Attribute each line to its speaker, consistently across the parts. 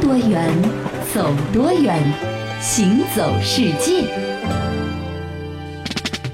Speaker 1: 多远，走多远，行走世界。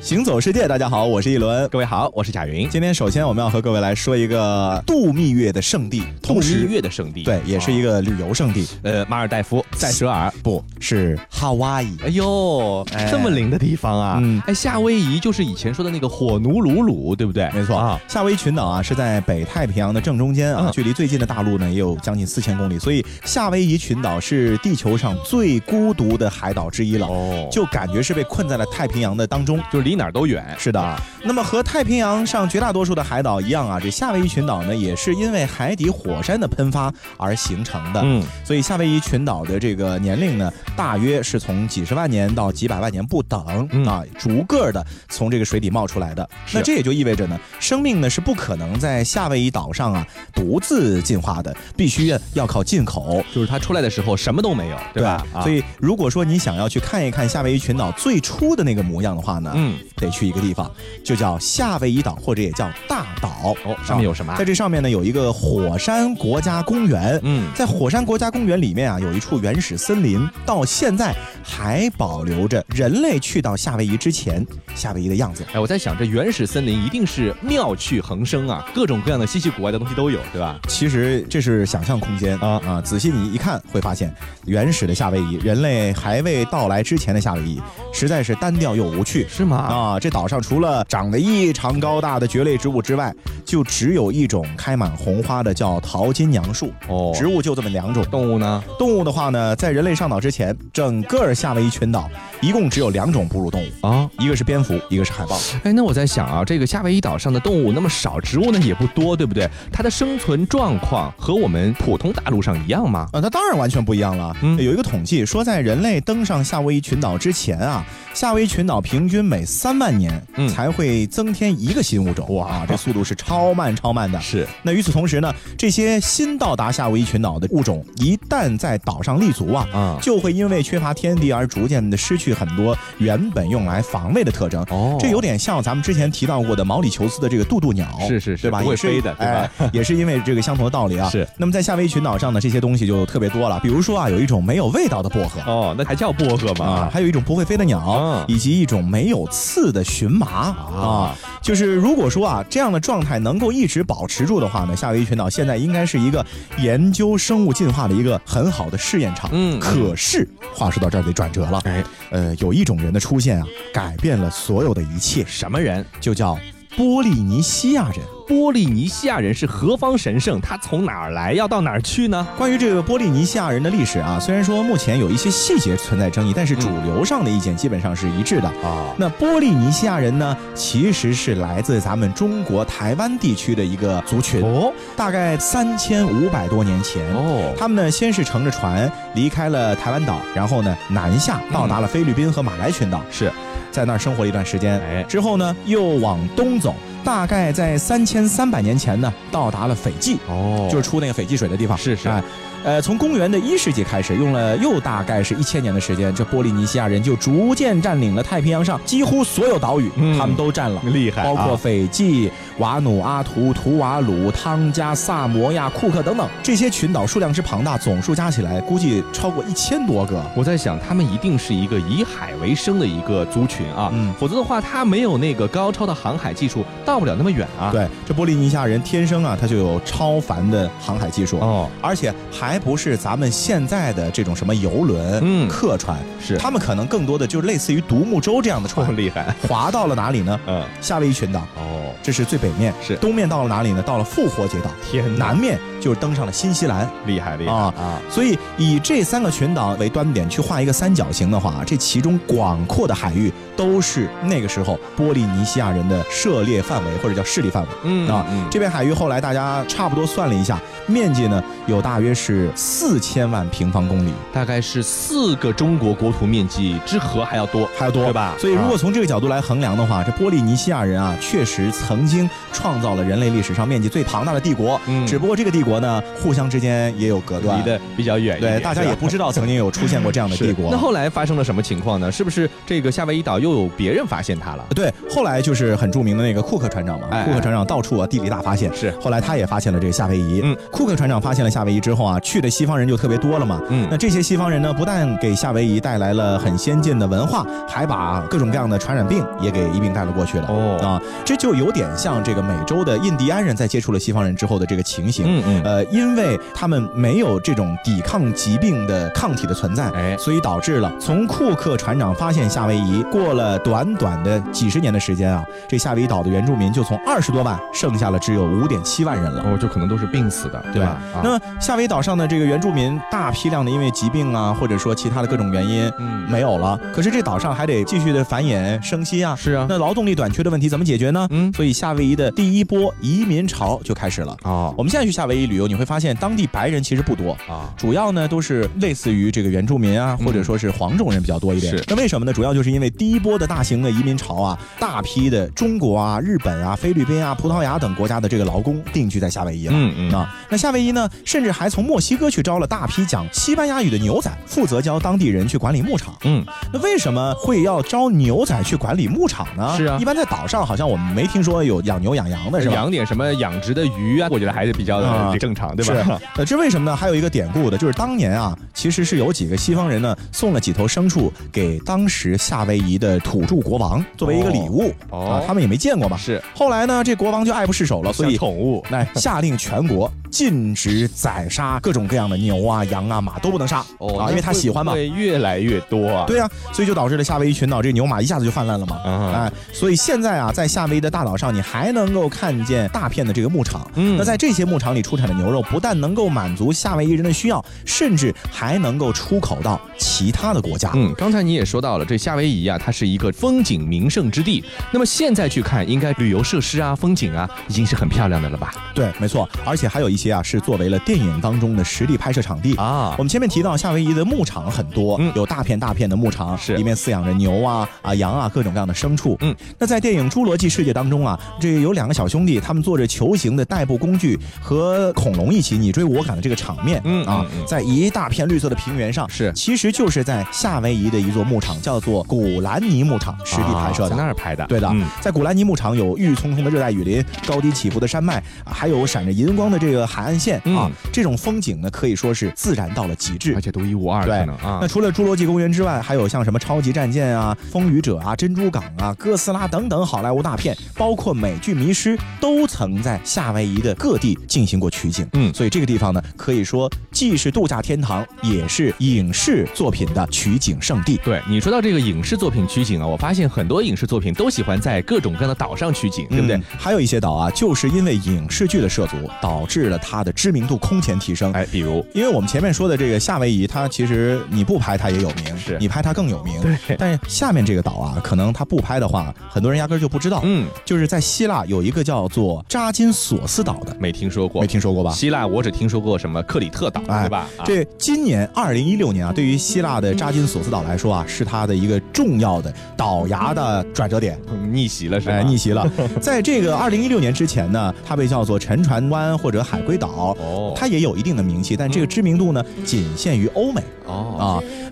Speaker 2: 行走世界，大家好，我是一轮。
Speaker 3: 各位好，哦我是贾云。
Speaker 2: 今天首先我们要和各位来说一个度蜜月的圣地，同
Speaker 3: 度蜜
Speaker 2: 时
Speaker 3: 月的圣地，
Speaker 2: 对也是一个旅游圣地，
Speaker 3: 呃马尔代夫、塞舌尔。
Speaker 2: 不是夏威夷。
Speaker 3: 哎呦，
Speaker 2: 哎
Speaker 3: 这么灵的地方啊！
Speaker 2: 嗯
Speaker 3: 哎，夏威夷就是以前说的那个火奴鲁鲁，对不对？
Speaker 2: 没错
Speaker 3: 啊，
Speaker 2: 夏威夷群岛啊是在北太平洋的正中间啊，
Speaker 3: 嗯
Speaker 2: 距离最近的大陆呢也有将近四千公里，所以夏威夷群岛是地球上最孤独的海岛之一了，
Speaker 3: 哦，就
Speaker 2: 就感觉是被困在了太平洋的当中。
Speaker 3: 就离哪儿都远。
Speaker 2: 是的
Speaker 3: 啊
Speaker 2: 那么和太平洋上绝大多数的海岛一样啊，这夏威夷群岛呢也是因为海底火山的喷发而形成的。
Speaker 3: 嗯，
Speaker 2: 所以夏威夷群岛的这个年龄呢，大约是从几十万年到几百万年不等、
Speaker 3: 嗯
Speaker 2: 啊，逐个儿的从这个水底冒出来的。
Speaker 3: 是
Speaker 2: 那这也就意味着呢，生命呢是不可能在夏威夷岛上啊独自进化的，必须要靠进口。
Speaker 3: 就是它出来的时候什么都没有，对吧？啊
Speaker 2: 所以如果说你想要去看一看夏威夷群岛最初的那个模样的话呢，
Speaker 3: 嗯，
Speaker 2: 得去一个地方，就叫夏威夷岛，或者也叫大岛。
Speaker 3: 哦，上面有什么啊？
Speaker 2: 在这上面呢有一个火山国家公园，
Speaker 3: 嗯，
Speaker 2: 在火山国家公园里面啊，有一处原始森林，到现在还保留着人类去到夏威夷之前夏威夷的样子。
Speaker 3: 哎，我在想这原始森林一定是妙趣横生啊，各种各样的稀奇古怪的东西都有，对吧？
Speaker 2: 其实这是想象空间
Speaker 3: 啊
Speaker 2: 啊！仔细你一看，会发现原始的夏威夷，人类还未到来之前的夏威夷，实在是单调又无趣。
Speaker 3: 是吗？
Speaker 2: 啊，这岛上除了长得异常高大的蕨类植物之外，就只有一种开满红花的叫桃金娘树，
Speaker 3: 哦，
Speaker 2: 植物就这么两种。
Speaker 3: 动物呢？
Speaker 2: 动物的话呢，在人类上岛之前，整个夏威夷群岛一共只有两种哺乳动物，
Speaker 3: 啊，
Speaker 2: 一个是蝙蝠，一个是海豹。
Speaker 3: 哎，那我在想啊，这个夏威夷岛上的动物那么少，植物呢也不多，对不对？它的生存状况和我们普通大陆上一样吗？
Speaker 2: 啊，那当然完全不一样了。
Speaker 3: 嗯
Speaker 2: 有一个统计说，在人类登上夏威夷群岛之前啊，夏威夷群岛平均每三万年
Speaker 3: 嗯
Speaker 2: 才会增添一个新物种。哇，这速度是超慢超慢的。
Speaker 3: 是，
Speaker 2: 那与此同时呢，这些新到达夏威夷群岛的物种，一旦在岛上立足啊。
Speaker 3: 啊，
Speaker 2: 就会因为缺乏天敌而逐渐的失去很多原本用来防卫的特征。
Speaker 3: 哦
Speaker 2: 这有点像咱们之前提到过的毛里求斯的这个渡渡鸟，
Speaker 3: 是是是
Speaker 2: 对吧？
Speaker 3: 不会
Speaker 2: 也是
Speaker 3: 飞的对吧
Speaker 2: 哎 也是因为这个相同的道理啊。
Speaker 3: 是。
Speaker 2: 那么在夏威夷群岛上呢，这些东西就特别多了，比如说啊，有一种没有味道的薄荷。
Speaker 3: 哦，那还叫薄荷
Speaker 2: 啊
Speaker 3: 吗，？
Speaker 2: 还有一种不会飞的鸟，
Speaker 3: 啊
Speaker 2: 以及一种没有刺的荨麻啊
Speaker 3: 啊
Speaker 2: 就是如果说啊这样的状态能够一直保持住的话呢，夏威夷群岛现在应该是一个研究生物进化的一个很好的试验场。
Speaker 3: 嗯
Speaker 2: 可是话说到这儿得转折了，
Speaker 3: 哎，
Speaker 2: 呃，有一种人的出现啊，改变了所有的一切，
Speaker 3: 什么人？
Speaker 2: 就叫波利尼西亚人。
Speaker 3: 波利尼西亚人是何方神圣？他从哪儿来？要到哪儿去呢？
Speaker 2: 关于这个波利尼西亚人的历史啊，虽然说目前有一些细节存在争议，但是主流上的意见基本上是一致的。
Speaker 3: 啊，
Speaker 2: 那波利尼西亚人呢，其实是来自咱们中国台湾地区的一个族群，
Speaker 3: 哦
Speaker 2: 大概三千五百多年前。
Speaker 3: 哦，
Speaker 2: 他们呢，先是乘着船离开了台湾岛，然后呢南下到达了菲律宾和马来群岛，
Speaker 3: 是
Speaker 2: 在那儿生活了一段时间。
Speaker 3: 哎
Speaker 2: 之后呢，又往东走，大概在三千三百年前呢，到达了斐济，
Speaker 3: 哦
Speaker 2: 就是出那个斐济水的地方。
Speaker 3: 是是
Speaker 2: 哎呃，从公元的一世纪开始，用了又大概是一千年的时间，这波利尼西亚人就逐渐占领了太平洋上几乎所有岛屿，
Speaker 3: 嗯
Speaker 2: 他们都占了。
Speaker 3: 厉害啊，
Speaker 2: 包括斐济、瓦努阿图、图瓦鲁、汤加、萨摩亚、库克等等这些群岛，数量之庞大，总数加起来估计超过一千多个。
Speaker 3: 我在想，他们一定是一个以海为生的一个族群啊，
Speaker 2: 嗯
Speaker 3: 否则的话，他没有那个高超的航海技术，到不了那么远啊。，
Speaker 2: 嗯对，这波利尼西亚人天生啊，他就有超凡的航海技术，
Speaker 3: 哦，
Speaker 2: 而且还不是咱们现在的这种什么游轮、
Speaker 3: 嗯
Speaker 2: 客船，
Speaker 3: 是
Speaker 2: 他们可能更多的就类似于独木舟这样 的
Speaker 3: 这
Speaker 2: 船
Speaker 3: 么，哦厉害，
Speaker 2: 滑到了哪里呢？
Speaker 3: 嗯，
Speaker 2: 夏威夷群岛，
Speaker 3: 哦，
Speaker 2: 这是最北面；
Speaker 3: 是
Speaker 2: 东面到了哪里呢？到了复活节岛，
Speaker 3: 天
Speaker 2: 南面就是登上了新西兰。
Speaker 3: 厉害厉害
Speaker 2: 啊
Speaker 3: 啊！
Speaker 2: 所以以这三个群岛为端点去画一个三角形的话，这其中广阔的海域都是那个时候波利尼西亚人的涉猎范围或者叫势力范围。
Speaker 3: 嗯
Speaker 2: 啊
Speaker 3: 嗯
Speaker 2: 这片海域后来大家差不多算了一下，面积呢有大约是四千万平方公里，
Speaker 3: 大概是四个中国国土面积之和还要多，
Speaker 2: 还要多
Speaker 3: 对吧？
Speaker 2: 所以如果
Speaker 3: 啊
Speaker 2: 从这个角度来衡量的话，这波利尼西亚人啊，确实曾经创造了人类历史上面积最庞大的帝国。
Speaker 3: 嗯
Speaker 2: 只不过这个帝国呢，互相之间也有隔断
Speaker 3: 离，得比较远一点，
Speaker 2: 对，大家也不知道曾经有出现过这样的
Speaker 3: 是吧
Speaker 2: 帝国。
Speaker 3: 是那后来发生了什么情况呢？是不是这个夏威夷岛又有别人发现它了？
Speaker 2: 对，后来就是很著名的那个库克克船长嘛，
Speaker 3: 哎
Speaker 2: 库克船长到处啊地理大发现，
Speaker 3: 是
Speaker 2: 后来他也发现了这个夏威夷。
Speaker 3: 嗯，
Speaker 2: 库克船长发现了夏威夷之后啊，去的西方人就特别多了嘛。
Speaker 3: 嗯
Speaker 2: 那这些西方人呢，不但给夏威夷带来了很先进的文化，还把各种各样的传染病也给一并带了过去了。
Speaker 3: 哦，
Speaker 2: 啊，这就有点像这个美洲的印第安人在接触了西方人之后的这个情形。
Speaker 3: 嗯嗯，
Speaker 2: 呃，因为他们没有这种抵抗疾病的抗体的存在，
Speaker 3: 哎
Speaker 2: 所以导致了从库克船长发现夏威夷，过了短短的几十年的时间啊，这夏威夷岛的原住民就从二十多万剩下了只有五点七万人了。
Speaker 3: 哦，就可能都是病死的，
Speaker 2: 对
Speaker 3: 吧？
Speaker 2: 吧？
Speaker 3: 啊
Speaker 2: 那夏威夷岛上的这个原住民，大批量的因为疾病啊，或者说其他的各种原因，
Speaker 3: 嗯，
Speaker 2: 没有了。可是这岛上还得继续的繁衍生息啊。
Speaker 3: 是啊，
Speaker 2: 那劳动力短缺的问题怎么解决呢？
Speaker 3: 嗯，
Speaker 2: 所以夏威夷的第一波移民潮就开始了。
Speaker 3: 哦
Speaker 2: 我们现在去夏威夷旅游，你会发现当地白人其实不多，
Speaker 3: 啊，
Speaker 2: 主要呢都是类似于这个原住民啊，
Speaker 3: 嗯
Speaker 2: 或者说是黄种人比较多一点。
Speaker 3: 是
Speaker 2: 那为什么呢？主要就是因为第一波的大型的移民潮啊，大批的中国啊、日本啊、菲律宾啊、葡萄牙等国家的这个劳工定居在夏威夷了。
Speaker 3: 嗯嗯，
Speaker 2: 啊，那夏威夷呢，甚至还从墨西哥去招了大批讲西班牙语的牛仔，负责教当地人去管理牧场。
Speaker 3: 嗯，
Speaker 2: 那为什么会要招牛仔去管理牧场呢？
Speaker 3: 是啊
Speaker 2: 一般在岛上好像我们没听说有养牛养羊的，是吧？
Speaker 3: 养点什么养殖的鱼啊，我觉得还是比较
Speaker 2: 啊
Speaker 3: 的正常，对吧？
Speaker 2: 呃，这为什么呢？还有一个典故的，就是当年啊，其实是有几个西方人呢送了几头牲畜给当时夏威夷的土著国王作为一个礼物、啊，他
Speaker 3: 哦，
Speaker 2: 们也没见过嘛。
Speaker 3: 是，
Speaker 2: 后来呢，这国王就爱不释手了，所
Speaker 3: 像
Speaker 2: 以
Speaker 3: 宠物，
Speaker 2: 那下令全国禁止宰杀各种各样的牛啊、羊啊、马都不能杀、啊，因为他喜欢嘛。
Speaker 3: 哦会越来越多啊。，
Speaker 2: 对啊，所以就导致了夏威夷群岛这牛马一下子就泛滥了嘛。
Speaker 3: 啊，
Speaker 2: 哎，所以现在啊，在夏威夷的大岛上，你还能够看见大片的这个牧场。
Speaker 3: 嗯
Speaker 2: 那在这些牧场里出产的牛肉，不但能够满足夏威夷人的需要，甚至还能够出口到其他的国家。
Speaker 3: 嗯，刚才你也说到了，这夏威夷啊，它是一个风景名胜之地。那么现在去看，应该旅游设施啊、风景啊，已经是很漂亮的了吧？
Speaker 2: 对，没错，而且还有一些啊，是作为了电影当中的实地拍摄场地。
Speaker 3: 啊
Speaker 2: 我，们前面提到夏威夷的牧场很多，
Speaker 3: 嗯
Speaker 2: 有大片大片的牧场，
Speaker 3: 是
Speaker 2: 里面饲养着牛啊、啊羊啊各种各样的牲畜。
Speaker 3: 嗯，
Speaker 2: 那在电影《侏罗纪世界》当中啊，这有两个小兄弟，他们坐着球形的代步工具和恐龙一起你追我赶的这个场面，
Speaker 3: 嗯
Speaker 2: 啊
Speaker 3: 嗯嗯，
Speaker 2: 在一大片绿色的平原上，
Speaker 3: 是
Speaker 2: 其实就是在夏威夷的一座牧场，叫做古兰尼牧场，实地拍摄
Speaker 3: 啊
Speaker 2: 的。
Speaker 3: 在那儿拍的，
Speaker 2: 对的，
Speaker 3: 嗯
Speaker 2: 在古兰尼牧场有郁郁葱葱的热带雨林、高低起伏的山脉，啊还有闪着银光的这个海岸线、啊
Speaker 3: 嗯，哎
Speaker 2: 这种风景呢，可以说是自然到了极致
Speaker 3: 而。且独一无二，
Speaker 2: 对
Speaker 3: 可能啊
Speaker 2: 那。除了侏罗纪公园之外，还有像什么超级战舰啊、风雨者啊、珍珠港啊、哥斯拉等等好莱坞大片，包括美剧《迷失》，都曾在夏威夷的各地进行过取景。
Speaker 3: 嗯
Speaker 2: 所以这个地方呢，可以说既是度假天堂，也是影视作品的取景圣地。
Speaker 3: 对你说到这个影视作品取景啊，我发现很多影视作品都喜欢在各种各样的岛上取景，对不对
Speaker 2: 嗯？还有一些岛啊，就是因为影视剧的涉足，导致了它的知名度空前提升。
Speaker 3: 哎，比如
Speaker 2: 因为我们前面说的这个夏威夷，它其实你不拍它也有名，
Speaker 3: 是
Speaker 2: 你拍它更有名。对，但是下面这个岛啊，可能它不拍的话，很多人压根儿就不知道。
Speaker 3: 嗯，
Speaker 2: 就是在希腊有一个叫做扎金索斯岛的，
Speaker 3: 没听说过
Speaker 2: 没。听说过吧？
Speaker 3: 希腊我只听说过什么克里特岛，
Speaker 2: 哎
Speaker 3: 对吧？啊
Speaker 2: 这今年二零一六年啊，对于希腊的扎金索斯岛来说啊，是它的一个重要的岛牙的转折点。
Speaker 3: 嗯逆袭了是吧？
Speaker 2: 哎，逆袭 了！在这个二零一六年之前呢，它被叫做沉船湾或者海龟岛，
Speaker 3: 哦，
Speaker 2: 它也有一定的名气，但这个知名度呢，仅限于欧美。
Speaker 3: 哦
Speaker 2: 啊，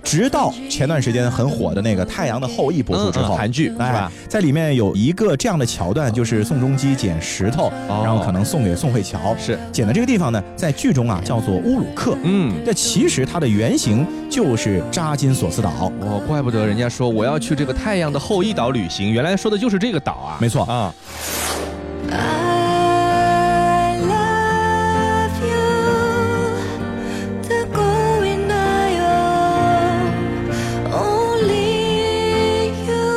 Speaker 2: 直到前段时间很火的那个《太阳的后裔》播出之
Speaker 3: 嗯嗯
Speaker 2: 后，
Speaker 3: 韩剧是
Speaker 2: 哎
Speaker 3: 吧？，
Speaker 2: 在里面有一个这样的桥段，就是宋仲基捡石头，
Speaker 3: 哦
Speaker 2: 然后可能送给宋慧乔。
Speaker 3: 是
Speaker 2: 捡的这个地方呢，在剧中啊叫做乌鲁克。
Speaker 3: 嗯。
Speaker 2: 这其实它的原型就是扎金索斯岛。
Speaker 3: 哦，怪不得人家说我要去这个太阳的后裔岛旅行，原来说的就是这个岛啊。
Speaker 2: 没错
Speaker 3: 啊，
Speaker 4: I love you. The going I owe only you.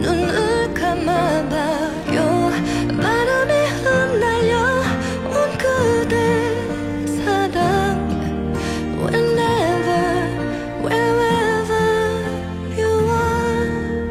Speaker 4: 눈을 감아봐요. 바람이 흩날려 온 그대 사랑. Whenever, wherever you are.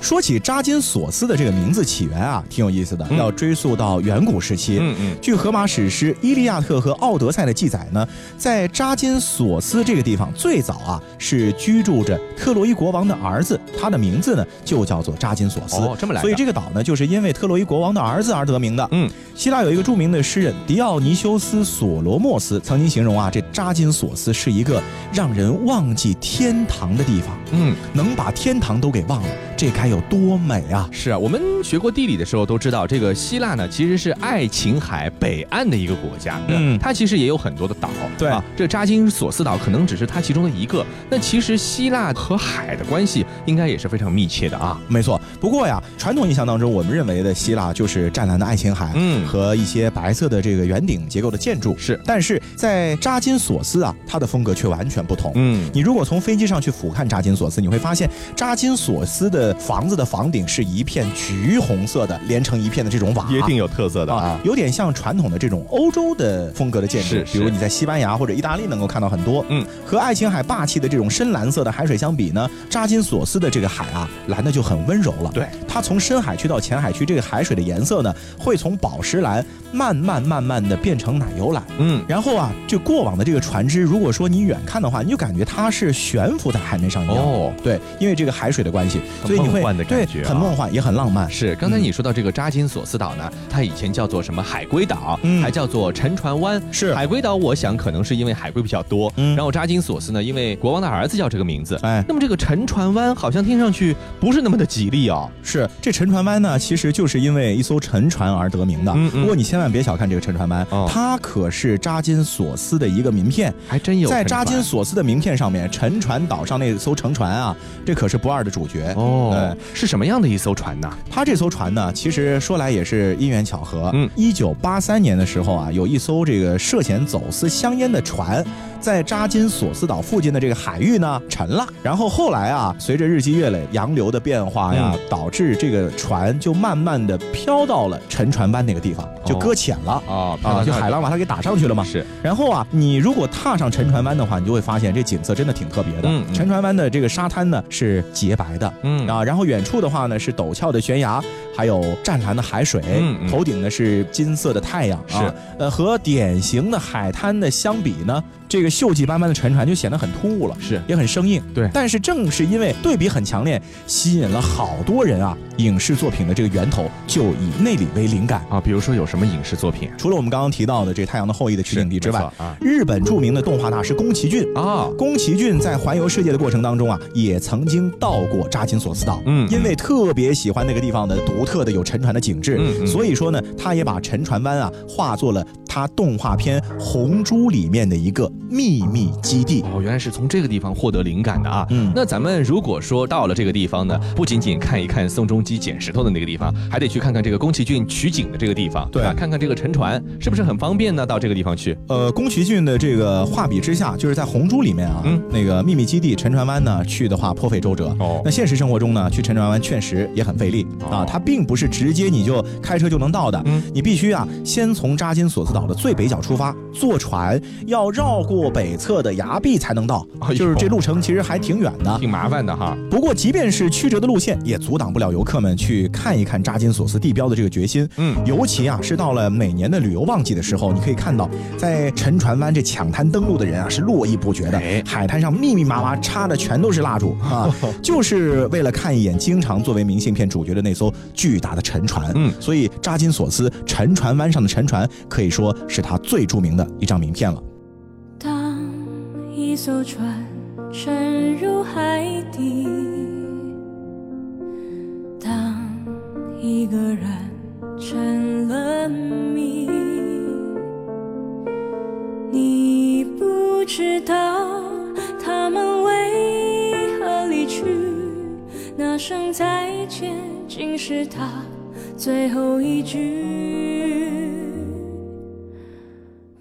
Speaker 2: 说起扎金索斯的这个名字起源啊，挺有意思的，
Speaker 3: 嗯
Speaker 2: 要追溯到远古时期。
Speaker 3: 嗯嗯，
Speaker 2: 据荷马史诗《伊利亚特》和《奥德赛》的记载呢，在扎金索斯这个地方，最早啊是居住着特洛伊国王的儿子，他的名字呢就叫做扎金索斯。
Speaker 3: 哦这么来的
Speaker 2: 所以这个岛呢，就是因为特洛伊国王的儿子而得名的。
Speaker 3: 嗯，
Speaker 2: 希腊有一个著名的诗人狄奥尼修斯·索罗莫斯曾经形容啊，这扎金索斯是一个让人忘记天堂的地方，
Speaker 3: 嗯，
Speaker 2: 能把天堂都给忘了，这该有有多美啊！
Speaker 3: 是啊，我们学过地理的时候都知道，这个希腊呢其实是爱琴海北岸的一个国家，
Speaker 2: 嗯
Speaker 3: 它其实也有很多的岛，
Speaker 2: 对
Speaker 3: 啊，这扎金索斯岛可能只是它其中的一个。那其实希腊和海的关系应该也是非常密切的啊，
Speaker 2: 没错，不过呀，传统印象当中，我们认为的希腊就是湛蓝的爱琴海，
Speaker 3: 嗯
Speaker 2: 和一些白色的这个圆顶结构的建筑
Speaker 3: 是
Speaker 2: 但是在扎金索斯啊，它的风格却完全不同。
Speaker 3: 嗯，
Speaker 2: 你如果从飞机上去俯瞰扎金索斯，你会发现扎金索斯的房子的房顶是一片橘红色的，连成一片的这种瓦，
Speaker 3: 也挺有特色的啊。
Speaker 2: 有点像传统的这种欧洲的风格的建筑，
Speaker 3: 是
Speaker 2: 比如
Speaker 3: 是
Speaker 2: 你在西班牙或者意大利能够看到很多。
Speaker 3: 嗯，
Speaker 2: 和爱琴海霸气的这种深蓝色的海水相比呢，扎金索斯的这个海啊，蓝的就很温柔了。
Speaker 3: 对，
Speaker 2: 它从深海区到浅海区，这个海水的颜色呢，会从宝石蓝慢慢慢慢的变成奶油蓝。
Speaker 3: 嗯，
Speaker 2: 然后啊，就过往的这个船只，如果说你远看的话，你就感觉它是悬浮在海面上一样。
Speaker 3: 哦，
Speaker 2: 对，因为这个海水的关系，
Speaker 3: 很
Speaker 2: 所以你会
Speaker 3: 梦幻的感
Speaker 2: 对
Speaker 3: 觉啊
Speaker 2: 很梦幻，也很浪漫。
Speaker 3: 是，刚才
Speaker 2: 嗯
Speaker 3: 你说到这个扎金索斯岛呢，它以前叫做什么海龟岛，
Speaker 2: 嗯
Speaker 3: 还叫做沉船湾。
Speaker 2: 是
Speaker 3: 海龟岛，我想可能是因为海龟比较多，
Speaker 2: 嗯
Speaker 3: 然后扎金索斯呢，因为国王的儿子叫这个名字。
Speaker 2: 哎，
Speaker 3: 那么这个沉船湾好像听上去不是那么的吉利哦。
Speaker 2: 是这沉船湾呢，其实就是因为一艘沉船而得名的。
Speaker 3: 嗯嗯
Speaker 2: 不过你千万别小看这个沉船湾，
Speaker 3: 哦
Speaker 2: 它可是扎金索斯的一个名片。
Speaker 3: 还真有
Speaker 2: 在
Speaker 3: 沉
Speaker 2: 扎
Speaker 3: 船
Speaker 2: 金索斯的名片上面，沉船岛上那艘沉船啊，这可是不二的主角。呃
Speaker 3: 哦，是什么样的一艘船呢？
Speaker 2: 他这艘船呢，其实说来也是因缘巧合。
Speaker 3: 嗯
Speaker 2: 一九八三年的时候啊，有一艘这个涉嫌走私香烟的船，在扎金索斯岛附近的这个海域呢沉了。然后后来啊，随着日积月累，洋流的变化呀，
Speaker 3: 嗯
Speaker 2: 导致这个船就慢慢的飘到了沉船湾那个地方，就搁浅了。
Speaker 3: 哦
Speaker 2: 啊，就海浪把它给打上去了嘛。
Speaker 3: 是
Speaker 2: 然后啊，你如果踏上沉船湾的话，你就会发现这景色真的挺特别的。
Speaker 3: 嗯嗯
Speaker 2: 沉船湾的这个沙滩呢是洁白的，
Speaker 3: 嗯
Speaker 2: 啊，然后远处的话呢是陡峭的悬崖，还有湛蓝的海水，
Speaker 3: 嗯嗯
Speaker 2: 头顶呢是金色的太阳啊
Speaker 3: 是，
Speaker 2: 呃，和典型的海滩的相比呢，这个锈迹斑斑的沉船就显得很突兀了。
Speaker 3: 是
Speaker 2: 也很生硬，
Speaker 3: 对
Speaker 2: 但是正是因为对比很强烈，吸引了好多人啊！影视作品的这个源头就以那里为灵感。
Speaker 3: 啊，比如说有什么影视作品？
Speaker 2: 除了我们刚刚提到的这《太阳的后裔》的取景地之外
Speaker 3: 没，错啊
Speaker 2: 日本著名的动画大师宫崎骏
Speaker 3: 啊，
Speaker 2: 宫崎骏在环游世界的过程当中啊，也曾经到过扎金索斯岛，
Speaker 3: 嗯
Speaker 2: 因为特别喜欢那个地方的独特的有沉船的景致，
Speaker 3: 嗯嗯
Speaker 2: 所以说呢，他也把沉船湾啊化作了他动画片《红猪》里面的一个秘密基地。
Speaker 3: 哦，原来是从这个地方获得灵感的啊。
Speaker 2: 嗯
Speaker 3: 那咱们如果说到了这个地方呢，不仅仅看一看宋仲基捡石头的那个地方，还得去看看这个宫崎骏取景的这个地方，
Speaker 2: 对
Speaker 3: 吧？看看这个沉船是不是很方便呢？到这个地方去，
Speaker 2: 呃，宫崎骏的这个画笔之下，就是在《红猪》里面啊，
Speaker 3: 嗯
Speaker 2: 那个秘密基地沉船湾呢，去的话颇费周折。
Speaker 3: 哦
Speaker 2: 那现实生活中呢，去沉船湾确实也很费力、啊
Speaker 3: 哦，
Speaker 2: 它并不是直接你就开车就能到的，
Speaker 3: 嗯
Speaker 2: 你必须啊，先从扎金索斯岛的最北角出发，坐船要绕过北侧的崖壁才能到，
Speaker 3: 哎呦
Speaker 2: 就是这路程其实还挺远的。
Speaker 3: 挺麻烦的哈。
Speaker 2: 不过，即便是曲折的路线，也阻挡不了游客们去看一看扎金索斯地标的这个决心。
Speaker 3: 嗯
Speaker 2: 尤其啊，是到了每年的旅游旺季的时候，你可以看到，在沉船湾这抢滩登陆的人啊，是络绎不绝的
Speaker 3: 哎。
Speaker 2: 海滩上密密麻麻插的全都是蜡烛 啊，就是为了看一眼经常作为明信片主角的那艘巨大的沉船。
Speaker 3: 嗯
Speaker 2: 所以扎金索斯沉船湾上的沉船，可以说是他最著名的一张名片了。
Speaker 4: 当一艘船沉入海底，当一个人成了谜，你不知道他们为何离去，那声再见竟是他最后一句。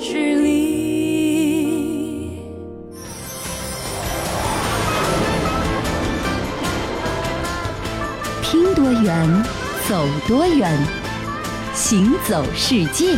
Speaker 4: 距离。
Speaker 1: 听多远，走多远，行走世界。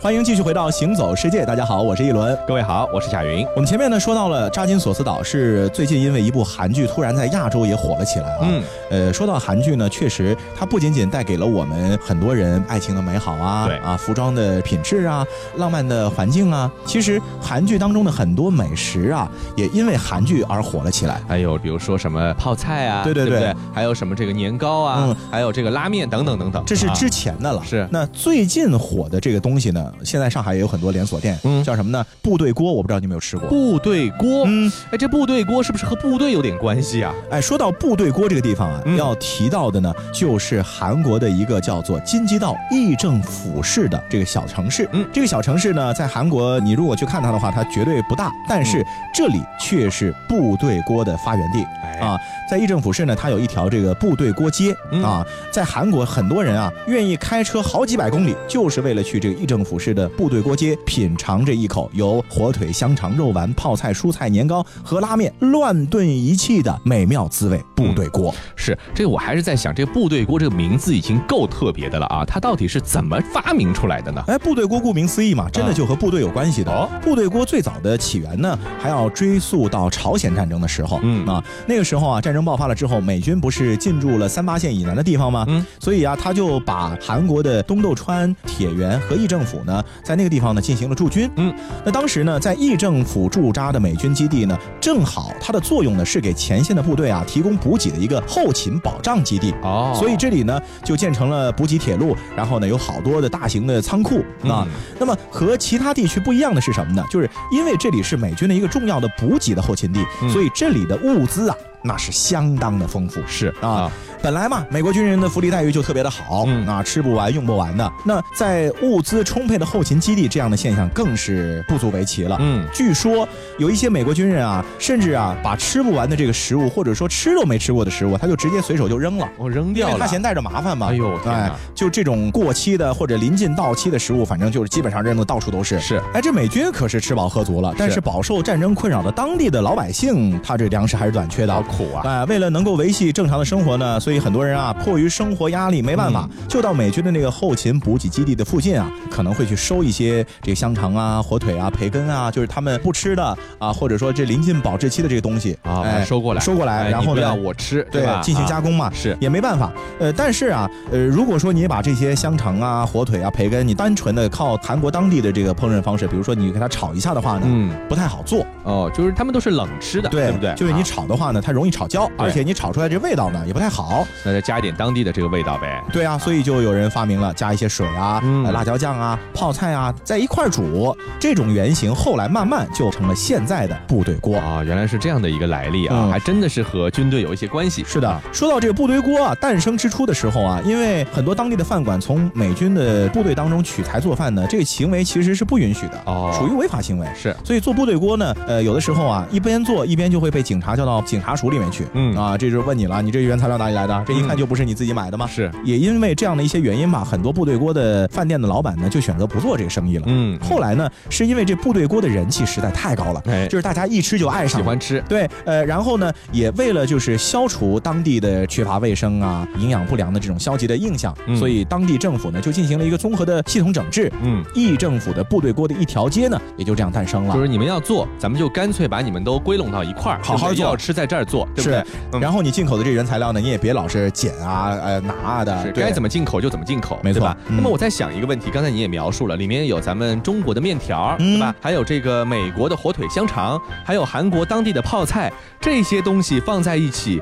Speaker 2: 欢迎继续回到《行走世界》，大家好，我是一轮。
Speaker 3: 各位好，我是贾云。
Speaker 2: 我们前面呢说到了扎金索斯岛是最近因为一部韩剧突然在亚洲也火了起来啊。
Speaker 3: 嗯，
Speaker 2: 呃，说到韩剧呢，确实它不仅仅带给了我们很多人爱情的美好啊，
Speaker 3: 对
Speaker 2: 啊，服装的品质啊，浪漫的环境啊，其实韩剧当中的很多美食啊，也因为韩剧而火了起来。
Speaker 3: 还有比如说什么泡菜啊，
Speaker 2: 对对
Speaker 3: 对
Speaker 2: 对
Speaker 3: 不还有什么这个年糕啊，
Speaker 2: 嗯
Speaker 3: 还有这个拉面等等等等，
Speaker 2: 这是
Speaker 3: 啊
Speaker 2: 之前的了，
Speaker 3: 是
Speaker 2: 那最近火的这个东西呢，现在上海也有很多连锁店，
Speaker 3: 嗯
Speaker 2: 叫什么呢？部队锅，我不知道你有没有吃过。
Speaker 3: 部队锅。
Speaker 2: 嗯，
Speaker 3: 哎，这部队锅是不是和部队有点关系啊？
Speaker 2: 哎，说到部队锅这个地方啊，
Speaker 3: 嗯
Speaker 2: 要提到的呢，就是韩国的一个叫做金畿道议政府市的这个小城市。
Speaker 3: 嗯
Speaker 2: 这个小城市呢，在韩国你如果去看它的话，它绝对不大，但
Speaker 3: 嗯
Speaker 2: 是这里却是部队锅的发源地。
Speaker 3: 哎
Speaker 2: 啊，在议政府市呢，它有一条这个部队锅街、
Speaker 3: 嗯
Speaker 2: 啊，在韩国很多人啊愿意开车好几百公里，就是为了去这个议政府市的部队锅街品尝这一口由火腿、香肠、肉丸、泡菜、蔬菜、年糕和拉面乱炖一气的美妙滋味。部队锅，
Speaker 3: 是这个，我还是在想，这个部队锅这个名字已经够特别的了啊，它到底是怎么发明出来的呢？
Speaker 2: 哎，部队锅顾名思义嘛，真的就和部队有关系的。
Speaker 3: 哦
Speaker 2: 部队锅最早的起源呢，还要追溯到朝鲜战争的时候。
Speaker 3: 嗯
Speaker 2: 啊，那个时候啊，战争爆发了之后，美军不是进驻了三八线以南的地方吗？
Speaker 3: 嗯，
Speaker 2: 所以啊，他就把韩国的东豆川、铁原和议政府呢，在那个地方呢进行了驻军。
Speaker 3: 嗯，
Speaker 2: 那当时呢，在议政府驻扎的美军基地呢，正好它的作用呢是给前线的部队啊提供补给的一个后勤保障基地。
Speaker 3: 哦
Speaker 2: 所以这里呢就建成了补给铁路，然后呢有好多的大型的仓库啊。
Speaker 3: 嗯
Speaker 2: 那么和其他地区不一样的是什么呢？就是因为这里是美军的一个重要的补给的后勤地，
Speaker 3: 嗯
Speaker 2: 所以这里的物资啊那是相当的丰富。
Speaker 3: 是
Speaker 2: 啊，本来嘛，美国军人的福利待遇就特别的好，
Speaker 3: 嗯
Speaker 2: 啊，吃不完用不完的。那在物资充沛的后勤基地，这样的现象更是不足为奇了。
Speaker 3: 嗯，
Speaker 2: 据说有一些美国军人啊，甚至啊，把吃不完的这个食物，或者说吃都没吃过的食物，他就直接随手就扔了。
Speaker 3: 我扔
Speaker 2: 因
Speaker 3: 掉
Speaker 2: 为
Speaker 3: 了，
Speaker 2: 他嫌带着麻烦嘛，
Speaker 3: 哎呦天
Speaker 2: 哎
Speaker 3: 哪，
Speaker 2: 就这种过期的或者临近到期的食物，反正就是基本上扔的到处都是。
Speaker 3: 是，
Speaker 2: 哎，这美军可是吃饱喝足了，但是
Speaker 3: 是
Speaker 2: 饱受战争困扰的当地的老百姓，他这粮食还是短缺的，
Speaker 3: 好苦啊！
Speaker 2: 哎，为了能够维系正常的生活呢，所以很多人啊，迫于生活压力，没办法，
Speaker 3: 嗯
Speaker 2: 就到美军的那个后勤补给基地的附近啊，可能会去收一些这个香肠啊、火腿啊、培根啊，就是他们不吃的啊，或者说这临近保质期的这个东西
Speaker 3: 啊，把它
Speaker 2: 哎，
Speaker 3: 收过来，
Speaker 2: 收过来，
Speaker 3: 哎
Speaker 2: 然
Speaker 3: 你
Speaker 2: 后
Speaker 3: 不要
Speaker 2: 呢，
Speaker 3: 我吃，
Speaker 2: 对
Speaker 3: 吧？
Speaker 2: 进行
Speaker 3: 啊
Speaker 2: 加工嘛。
Speaker 3: 是，
Speaker 2: 也没办法，呃，但是啊，呃，如果说你把这些香肠啊、火腿啊、培根，你单纯的靠韩国当地的这个烹饪方式，比如说你给它炒一下的话呢，
Speaker 3: 嗯，
Speaker 2: 不太好做。
Speaker 3: 哦，就是他们都是冷吃的，
Speaker 2: 对
Speaker 3: 不对？
Speaker 2: 就是你
Speaker 3: 啊
Speaker 2: 炒的话呢，它容易炒焦，
Speaker 3: 对
Speaker 2: 而且你炒出来这味道呢也不太好。
Speaker 3: 那再加一点当地的这个味道呗。
Speaker 2: 对啊，所以就有人发明了加一些水啊、
Speaker 3: 嗯
Speaker 2: 呃辣椒酱啊、泡菜啊，在一块儿煮。这种原型后来慢慢就成了现在的部队锅。
Speaker 3: 啊、原来是这样的一个来历啊，
Speaker 2: 嗯
Speaker 3: 还真的是和军队有一些关系。
Speaker 2: 是的，说到这个部队锅啊，诞生之初的时候啊，因为很多当地的饭馆从美军的部队当中取材做饭呢，这个行为其实是不允许的，
Speaker 3: 哦
Speaker 2: 属于违法行为。
Speaker 3: 是，
Speaker 2: 所以做部队锅呢，呃，有的时候啊，一边做一边就会被警察叫到警察署里面去。
Speaker 3: 嗯
Speaker 2: 啊，这就是问你了，你这原材料哪里来的？这一看
Speaker 3: 嗯
Speaker 2: 就不是你自己买的吗？
Speaker 3: 是，
Speaker 2: 也因为这样的一些原因吧，很多部队锅的饭店的老板呢，就选择不做这个生意了。
Speaker 3: 嗯，
Speaker 2: 后来呢，是因为这部队锅的人气实在太高了，
Speaker 3: 哎
Speaker 2: 就是大家一吃就爱上
Speaker 3: 喜
Speaker 2: 了。
Speaker 3: 欢吃，
Speaker 2: 对，呃，然后呢，也为了就是消除当地的缺乏卫生啊、营养不良的这种消极的印象，
Speaker 3: 嗯
Speaker 2: 所以当地政府呢就进行了一个综合的系统整治。
Speaker 3: 嗯，
Speaker 2: 议政府的部队锅的一条街呢，也就这样诞生了。
Speaker 3: 就是你们要做，咱们就干脆把你们都归拢到一块儿，
Speaker 2: 好好
Speaker 3: 对不对
Speaker 2: 做
Speaker 3: 要吃在这儿做，对不对？嗯
Speaker 2: 然后你进口的这原材料呢，你也别老是捡啊、呃拿啊的，
Speaker 3: 是
Speaker 2: 对
Speaker 3: 该怎么进口就怎么进口，
Speaker 2: 没错
Speaker 3: 对吧？
Speaker 2: 嗯
Speaker 3: 那么我再想一个问题，刚才你也描述了，里面有咱们中国的面条儿，
Speaker 2: 嗯
Speaker 3: 对吧？还有这个美国的火腿香肠，还有韩国当地的泡菜，这些东西放在一起，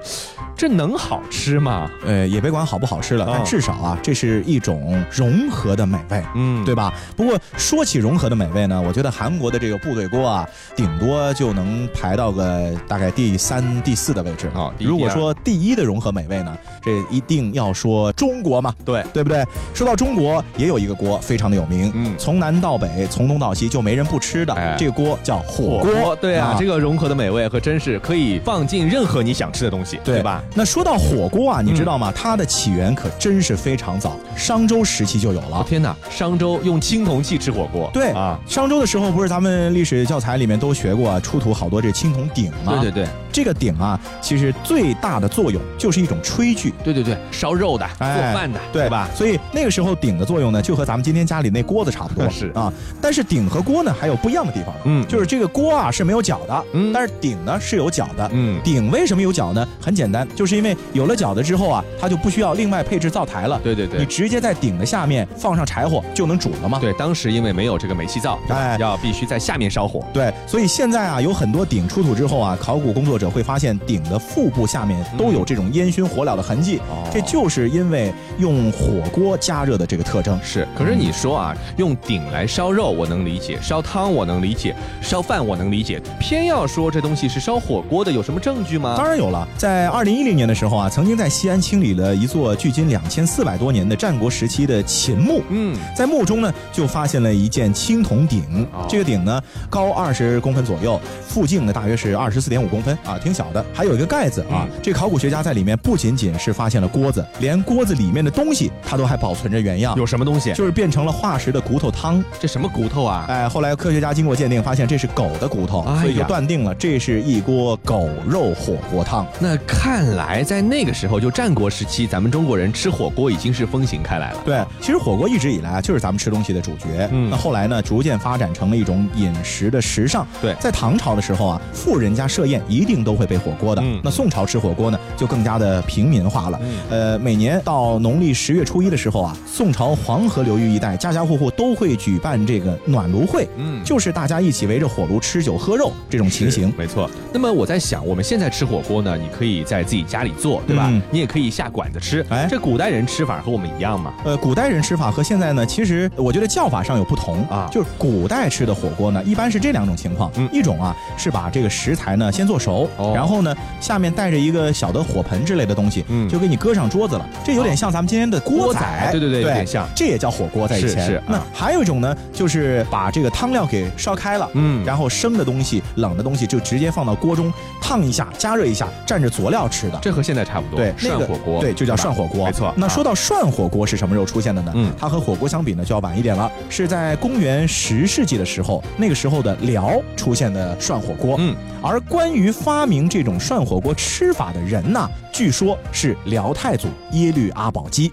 Speaker 3: 这能好吃吗？
Speaker 2: 呃，也别管好不好吃了，
Speaker 3: 哦
Speaker 2: 但至少啊，这是一种融合的美味。
Speaker 3: 嗯，
Speaker 2: 对吧？不过说起融合的美味呢，我觉得韩国的这个部队锅啊，顶多就能排到个大概第三、第四的位置
Speaker 3: 哦第一
Speaker 2: 如果
Speaker 3: 第二
Speaker 2: 说第一的融合美味呢，这一定要说中国嘛，
Speaker 3: 对
Speaker 2: 对不对？说到中国，也有一个锅非常的有名，
Speaker 3: 嗯
Speaker 2: 从南到北，从东到西，就没人不吃的。
Speaker 3: 哎
Speaker 2: 这个锅叫火
Speaker 3: 火
Speaker 2: 锅，
Speaker 3: 锅，对啊，这个融合的美味和真是可以放进任何你想吃的东西，
Speaker 2: 对
Speaker 3: 对吧？？嗯
Speaker 2: 那说到火锅啊，你知道吗？它的起源可真是非常早，商周时期就有了
Speaker 3: 哦。天哪，商周用青铜器吃火锅，
Speaker 2: 对
Speaker 3: 啊，
Speaker 2: 商周的时候，不是咱们历史教材里面都学过、啊，出土好多这青铜鼎吗？
Speaker 3: 对对对，
Speaker 2: 这个鼎啊，其实最大的作用就是一种炊具。
Speaker 3: 对对对，烧肉的、
Speaker 2: 哎
Speaker 3: 做饭的，
Speaker 2: 对
Speaker 3: 是吧？
Speaker 2: 所以那个时候鼎的作用呢，就和咱们今天家里那锅子差不多
Speaker 3: 是
Speaker 2: 啊。但是鼎和锅呢，还有不一样的地方，
Speaker 3: 嗯
Speaker 2: 就是这个锅啊是没有脚的，
Speaker 3: 嗯
Speaker 2: 但是鼎呢是有脚的，
Speaker 3: 嗯
Speaker 2: 鼎为什么有脚呢？很简单，就是因为有了脚的之后啊，它就不需要另外配置灶台了，
Speaker 3: 对对对
Speaker 2: 你直接在鼎的下面放上柴火就能煮了嘛。
Speaker 3: 对，当时因为没有这个煤气灶，
Speaker 2: 哎
Speaker 3: 要必须在下面烧火。
Speaker 2: 对，所以现在啊，有很多鼎出土之后啊，考古工作者会发现鼎的腹部下面都有这种烟熏火燎的痕迹，
Speaker 3: 哦
Speaker 2: 这就是因为用火锅加热的这个特征。
Speaker 3: 是，可是你说啊，用鼎来烧肉我能理解，烧汤我能理解，烧饭我能理解，偏要说这东西是烧火锅的，有什么证据吗？
Speaker 2: 当然有了，在二零一零年的时候啊，曾经在西安清理了一座距今两千四百多年的战国时期的秦墓。
Speaker 3: 嗯，
Speaker 2: 在墓中呢，就发现了一件青铜鼎。
Speaker 3: 哦
Speaker 2: 这个鼎呢，高二十公分左右，腹径呢大约是二十四点五公分啊，挺小的。还有一个盖子
Speaker 3: 嗯
Speaker 2: 啊。这考古学家在里面不仅仅是发现了锅子，连锅子里面的东西，它都还保存着原样。
Speaker 3: 有什么东西？
Speaker 2: 就是变成了化石的骨头汤，
Speaker 3: 这什么骨头啊？
Speaker 2: 哎，后来科学家经过鉴定，发现这是狗的骨头，
Speaker 3: 哎
Speaker 2: 所以就
Speaker 3: 呀
Speaker 2: 断定了这是一锅狗肉火锅汤。
Speaker 3: 那看来在那个时候，就战国时期，咱们中国人吃火锅已经是风行开来了。
Speaker 2: 对，其实火锅一直以来啊，就是咱们吃东西的主角。
Speaker 3: 嗯
Speaker 2: 那后来呢，逐渐发展成了一种饮食的时尚。
Speaker 3: 对
Speaker 2: 在唐朝的时候啊，富人家设宴一定都会备火锅的。
Speaker 3: 嗯
Speaker 2: 那宋朝吃火锅呢，就更加的平民化了。
Speaker 3: 嗯
Speaker 2: 呃，每年到农历十月初一的时候啊，宋朝黄河流域一带家家户户都会举办这个暖炉会，
Speaker 3: 嗯
Speaker 2: 就是大家一起围着火炉吃酒喝肉这种情形
Speaker 3: 是。没错。那么我在想，我们现在吃火锅呢，你可以在自己家里做，对吧？
Speaker 2: 嗯
Speaker 3: 你也可以下馆子吃。
Speaker 2: 哎
Speaker 3: 这古代人吃法和我们一样嘛？
Speaker 2: 呃，古代人吃法和现在呢，其实我觉得叫法上有不同
Speaker 3: 啊
Speaker 2: 就是古代吃的火锅呢，一般是这两种情况，
Speaker 3: 嗯
Speaker 2: 一种啊是把这个食材呢先做熟，
Speaker 3: 哦
Speaker 2: 然后呢下面带着一个小的火盆之类的东西，
Speaker 3: 嗯哦
Speaker 2: 就给你搁上桌子了，这有点像咱们今天的
Speaker 3: 锅
Speaker 2: 锅
Speaker 3: 仔
Speaker 2: 仔，
Speaker 3: 对对
Speaker 2: 对，
Speaker 3: 对有点像
Speaker 2: 这也叫火锅在以
Speaker 3: 是
Speaker 2: 前。
Speaker 3: 是啊
Speaker 2: 那还有一种呢，就是把这个汤料给烧开了，
Speaker 3: 嗯
Speaker 2: 然后生的东西、冷的东西就直接放到锅中烫一下、加热一下，蘸着佐料吃的。
Speaker 3: 这和现在差不多。
Speaker 2: 对，
Speaker 3: 涮
Speaker 2: 那个
Speaker 3: 火锅，
Speaker 2: 对，就叫
Speaker 3: 吧
Speaker 2: 涮火锅，
Speaker 3: 没错。
Speaker 2: 那说
Speaker 3: 到、
Speaker 2: 到涮火锅是什么时候出现的呢？
Speaker 3: 嗯
Speaker 2: 它和火锅相比呢，就要晚一点了，是在公元十世纪的时候，那个时候的辽出现的涮火锅。
Speaker 3: 嗯，
Speaker 2: 而关于发明这种涮火锅吃法的人呢，据说是辽太祖耶律阿保机。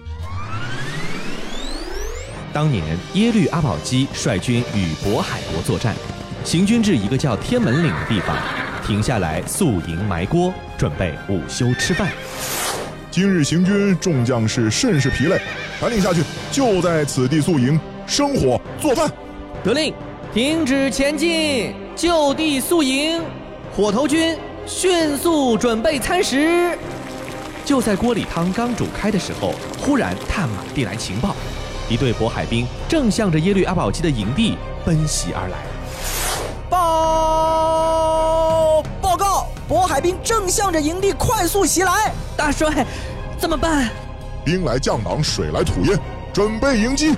Speaker 3: 当年耶律阿保机率军与渤海国作战，行军至一个叫天门岭的地方，停下来宿营埋锅，准备午休吃饭。
Speaker 5: 今日行军，众将士甚是疲累，传令下去，就在此地宿营，生火做饭。
Speaker 6: 得令，停止前进，就地宿营。火头军迅速准备餐食。
Speaker 3: 就在锅里汤刚煮开的时候，忽然探马递来情报，一队渤海兵正向着耶律阿保机的营地奔袭而来。
Speaker 7: 报报告，渤海兵正向着营地快速袭来。
Speaker 6: 大帅，怎么办？
Speaker 5: 兵来将挡，水来土掩，准备迎击。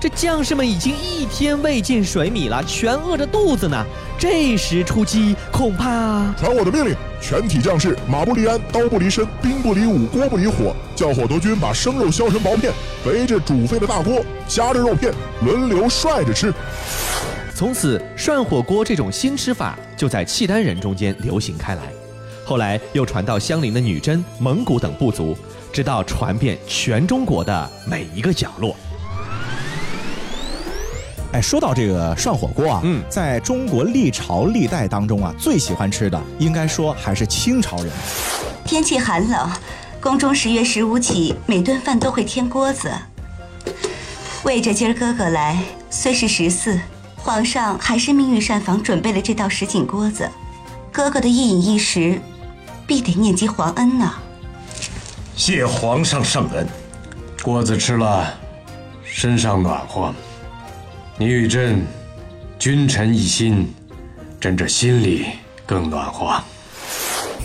Speaker 6: 这将士们已经一天未进水米了，全饿着肚子呢。这时出击，恐怕……
Speaker 5: 传我的命令，全体将士马不离鞍，刀不离身，兵不离武，锅不离火。叫火头军把生肉削成薄片，围着煮沸的大锅，夹着肉片，轮流涮着吃。
Speaker 3: 从此，涮火锅这种新吃法就在契丹人中间流行开来，后来又传到相邻的女真、蒙古等部族，直到传遍全中国的每一个角落。
Speaker 2: 哎，说到这个涮火锅啊，
Speaker 3: 嗯
Speaker 2: 在中国历朝历代当中啊，最喜欢吃的应该说还是清朝人。
Speaker 8: 天气寒冷，宫中十月十五起，每顿饭都会添锅子。为着今儿哥哥来，虽是十四，皇上还是命御膳房准备了这道什锦锅子。哥哥的一饮一食，必得念及皇恩呢。
Speaker 9: 谢皇上圣恩，锅子吃了，身上暖和。你与朕君臣一心，朕这心里更暖和。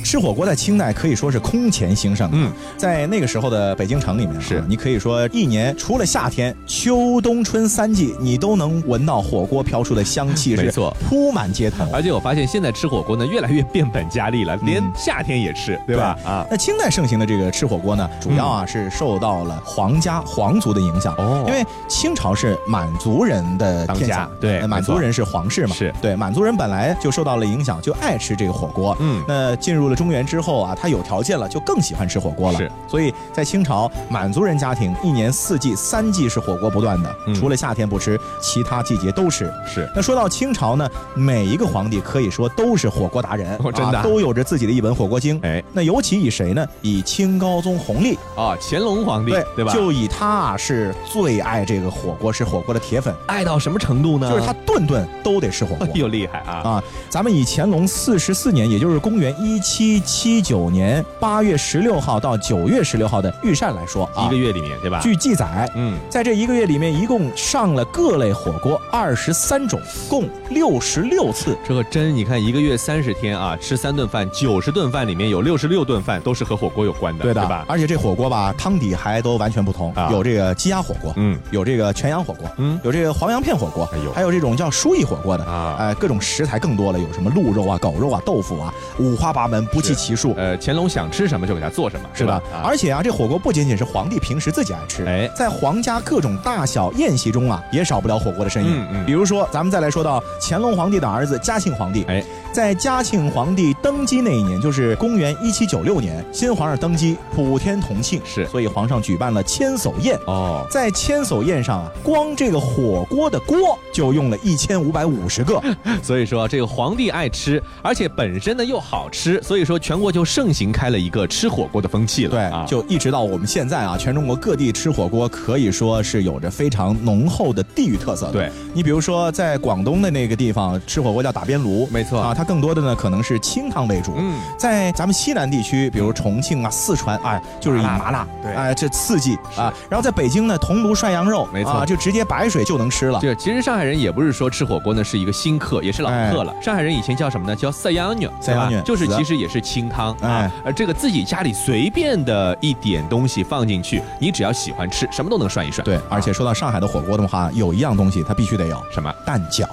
Speaker 2: 吃火锅在清代可以说是空前兴盛。啊
Speaker 3: 嗯，
Speaker 2: 在那个时候的北京城里面啊，
Speaker 3: 是
Speaker 2: 你可以说一年除了夏天，秋冬春三季，你都能闻到火锅飘出的香气，
Speaker 3: 没
Speaker 2: 是
Speaker 3: 错
Speaker 2: 铺满街头。
Speaker 3: 而且我发现现在吃火锅呢，越来越变本加厉了，连夏天也吃，对吧？啊，嗯
Speaker 2: 那清代盛行的这个吃火锅呢，主要啊是受到了皇家皇族的影响，
Speaker 3: 哦
Speaker 2: 因为清朝是满族人的
Speaker 3: 当
Speaker 2: 天
Speaker 3: 家
Speaker 2: 下，
Speaker 3: 对
Speaker 2: 呃满
Speaker 3: 没错
Speaker 2: 族人是皇室嘛，
Speaker 3: 是
Speaker 2: 对，满族人本来就受到了影响，就爱吃这个火锅，
Speaker 3: 嗯
Speaker 2: 那进入了了中原之后啊，他有条件了，就更喜欢吃火锅了。
Speaker 3: 是，
Speaker 2: 所以在清朝，满族人家庭一年四季三季是火锅不断的，
Speaker 3: 嗯
Speaker 2: 除了夏天不吃，其他季节都吃。
Speaker 3: 是
Speaker 2: 那说到清朝呢，每一个皇帝可以说都是火锅达人，
Speaker 3: 哦真的
Speaker 2: 啊都有着自己的一本火锅经。
Speaker 3: 哎，
Speaker 2: 那尤其以谁呢？以清高宗弘历，
Speaker 3: 哦，乾隆皇帝对吧？
Speaker 2: 就以他啊是最爱这个火锅，是火锅的铁粉，
Speaker 3: 爱到什么程度呢？
Speaker 2: 就是他顿顿都得吃火锅
Speaker 3: 嗯哎。呦厉害啊！
Speaker 2: 啊，咱们以乾隆四十四年，也就是公元一七七九年八月十六号到九月十六号的御膳来说啊，
Speaker 3: 一个月里面对吧？
Speaker 2: 据记载，
Speaker 3: 嗯，
Speaker 2: 在这一个月里面，一共上了各类火锅二十三种，共六十六次。
Speaker 3: 这个真，你看一个月三十天啊，吃三顿饭，九十顿饭里面有六十六顿饭都是和火锅有关的，
Speaker 2: 对的，
Speaker 3: 吧？
Speaker 2: 而且这火锅吧，汤底还都完全不同，
Speaker 3: 啊
Speaker 2: 有这个鸡鸭火锅，
Speaker 3: 嗯，
Speaker 2: 有这个全羊火锅，
Speaker 3: 嗯
Speaker 2: 有这个黄羊片火锅，
Speaker 3: 哎呦
Speaker 2: 还有这种叫舒逸火锅的
Speaker 3: 啊
Speaker 2: 哎，各种食材更多了，有什么鹿肉啊、狗肉啊、豆腐啊，五花八门，不计其数。
Speaker 3: 呃，乾隆想吃什么就给他做什么，
Speaker 2: 是的
Speaker 3: 吧，啊
Speaker 2: 而且啊，这火锅不仅仅是皇帝平时自己爱吃，
Speaker 3: 哎
Speaker 2: 在皇家各种大小宴席中啊，也少不了火锅的身影。
Speaker 3: 嗯嗯
Speaker 2: 比如说，咱们再来说到乾隆皇帝的儿子嘉庆皇帝，
Speaker 3: 哎，
Speaker 2: 在嘉庆皇帝登基那一年，就是公元一七九六年，新皇上登基，普天同庆，
Speaker 3: 是
Speaker 2: 所以皇上举办了千叟宴。
Speaker 3: 哦，
Speaker 2: 在千叟宴上啊，光这个火锅的锅就用了一千五百五十个，
Speaker 3: 所以说这个皇帝爱吃，而且本身呢又好吃，所以说全国就盛行开了一个吃火锅的风气了，
Speaker 2: 对，
Speaker 3: 啊，
Speaker 2: 就一直到我们现在啊，全中国各地吃火锅可以说是有着非常浓厚的地域特色的。
Speaker 3: 对，
Speaker 2: 你比如说在广东的那个地方吃火锅叫打边炉，
Speaker 3: 没错
Speaker 2: 啊，它更多的呢可能是清汤为主。
Speaker 3: 嗯，
Speaker 2: 在咱们西南地区，比如重庆啊、四川，哎，就是以
Speaker 3: 麻辣
Speaker 2: 麻辣，
Speaker 3: 对
Speaker 2: 哎，这刺激啊。然后在北京呢，桐庐涮羊肉，
Speaker 3: 没错
Speaker 2: 啊，就直接白水就能吃了。
Speaker 3: 这其实上海人也不是说吃火锅呢是一个新客，也是老客了。上海人以前叫什么呢？叫赛羊女，
Speaker 2: 塞洋女
Speaker 3: 对吧就是
Speaker 2: 是的
Speaker 3: 其实也是清汤
Speaker 2: 哎
Speaker 3: 啊。而这个自己家里随便的一点东西放进去，你只要喜欢吃，什么都能涮一涮。
Speaker 2: 对，而且说到上海的火锅的话，有一样东西它必须得有
Speaker 3: 什么？
Speaker 2: 蛋饺，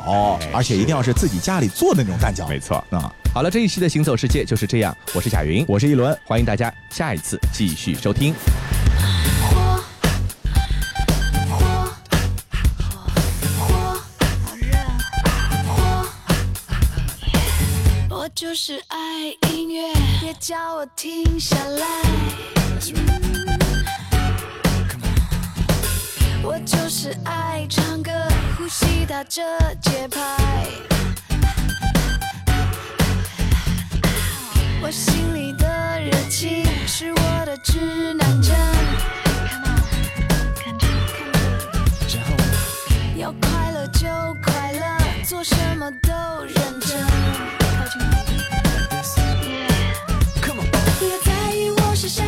Speaker 2: 而且一定要是自己家里做的那种蛋饺。
Speaker 3: 哎没错。
Speaker 2: 啊，
Speaker 3: 好了，这一期的行走世界就是这样，我是贾云，
Speaker 2: 我是一轮。
Speaker 3: 欢迎大家下一次继续收听。
Speaker 4: 我就是爱音乐，别叫我停下来。我就是爱唱歌，呼吸打着节拍。我心里的热情是我的指南针。要快乐就快乐，做什么都认真。不要在意我是谁，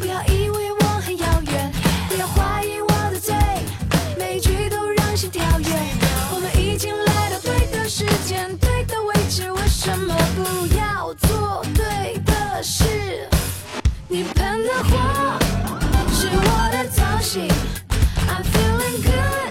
Speaker 4: 不要以为我很遥远，不要怀疑我的罪，每一句都让心跳跃。我们已经来到对的时间、对的位置，为什么不要做对的事？你喷的火是我的造型，I'm feeling good。